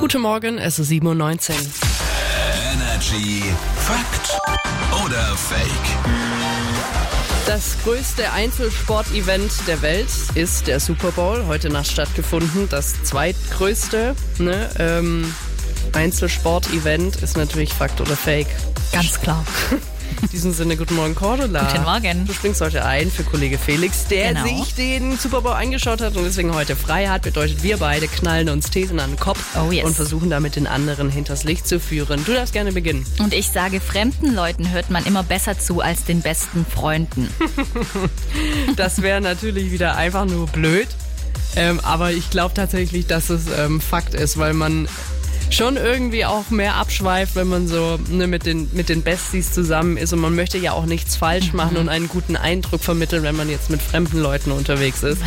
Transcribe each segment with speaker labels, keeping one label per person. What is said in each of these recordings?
Speaker 1: Guten Morgen, es ist 7.19 Uhr.
Speaker 2: Energy Fakt oder Fake?
Speaker 1: Das größte Einzelsportevent der Welt ist der Super Bowl, heute Nacht stattgefunden. Das zweitgrößte ne, ähm, Einzelsportevent ist natürlich Fakt oder Fake.
Speaker 3: Ganz klar.
Speaker 1: In diesem Sinne, guten Morgen, Cordula.
Speaker 3: Guten Morgen.
Speaker 1: Du springst heute ein für Kollege Felix, der
Speaker 3: Genau.
Speaker 1: sich den Super Bowl angeschaut hat und deswegen heute frei hat. Bedeutet, wir beide knallen uns Thesen an den Kopf
Speaker 3: Oh, yes.
Speaker 1: und versuchen damit den anderen hinters Licht zu führen. Du darfst gerne beginnen.
Speaker 3: Und ich sage, fremden Leuten hört man immer besser zu als den besten Freunden.
Speaker 1: Das wäre natürlich wieder einfach nur blöd. Ähm, aber ich glaube tatsächlich, dass es ähm, Fakt ist, weil man schon irgendwie auch mehr abschweift, wenn man so ne, mit, den, mit den Besties zusammen ist. Und man möchte ja auch nichts falsch
Speaker 3: Mhm.
Speaker 1: machen und einen guten Eindruck vermitteln, wenn man jetzt mit fremden Leuten unterwegs ist.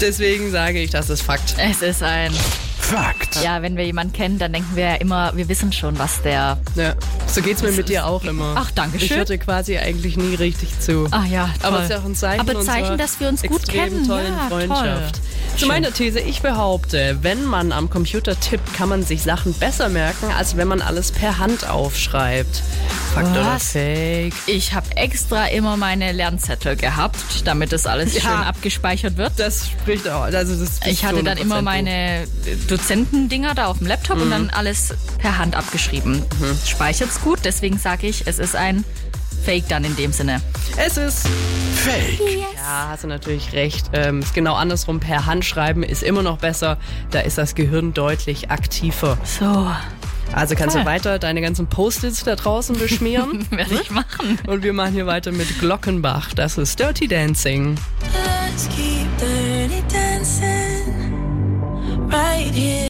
Speaker 1: Deswegen sage ich, das ist Fakt.
Speaker 3: Es ist ein.
Speaker 2: Fakt.
Speaker 3: Ja, wenn wir jemanden kennen, dann denken wir ja immer, wir wissen schon, was der.
Speaker 1: Ja. So geht's mir mit dir auch immer.
Speaker 3: Ach, danke
Speaker 1: Ich
Speaker 3: schön.
Speaker 1: hörte quasi eigentlich nie richtig zu.
Speaker 3: Ah ja, toll.
Speaker 1: Aber es ist ja auch ein Zeichen,
Speaker 3: Aber Zeichen,
Speaker 1: unserer
Speaker 3: dass wir uns gut
Speaker 1: extrem
Speaker 3: kennen.
Speaker 1: tollen
Speaker 3: ja,
Speaker 1: Freundschaft.
Speaker 3: Toll.
Speaker 1: Zu meiner These, ich behaupte, wenn man am Computer tippt, kann man sich Sachen besser merken, als wenn man alles per Hand aufschreibt. Fakt oder
Speaker 3: Was?
Speaker 1: Fake?
Speaker 3: Ich habe extra immer meine Lernzettel gehabt, damit das alles schön abgespeichert wird.
Speaker 1: Das spricht auch. Also das
Speaker 3: Ich hatte dann immer meine Dozentendinger da auf dem Laptop
Speaker 1: Mhm.
Speaker 3: und dann alles per Hand abgeschrieben. Speichert's gut, deswegen sage ich, es ist ein Fake dann in dem Sinne.
Speaker 1: Es ist.
Speaker 2: Fake.
Speaker 1: Ja, hast du natürlich recht. Ähm, ist genau andersrum. Per Hand schreiben ist immer noch besser. Da ist das Gehirn deutlich aktiver.
Speaker 3: So,
Speaker 1: Also kannst du
Speaker 3: Voll.
Speaker 1: weiter deine ganzen Post-its da draußen beschmieren.
Speaker 3: werde ich machen.
Speaker 1: Und wir machen hier weiter mit Glockenbach. Das ist Dirty Dancing.
Speaker 4: Let's keep the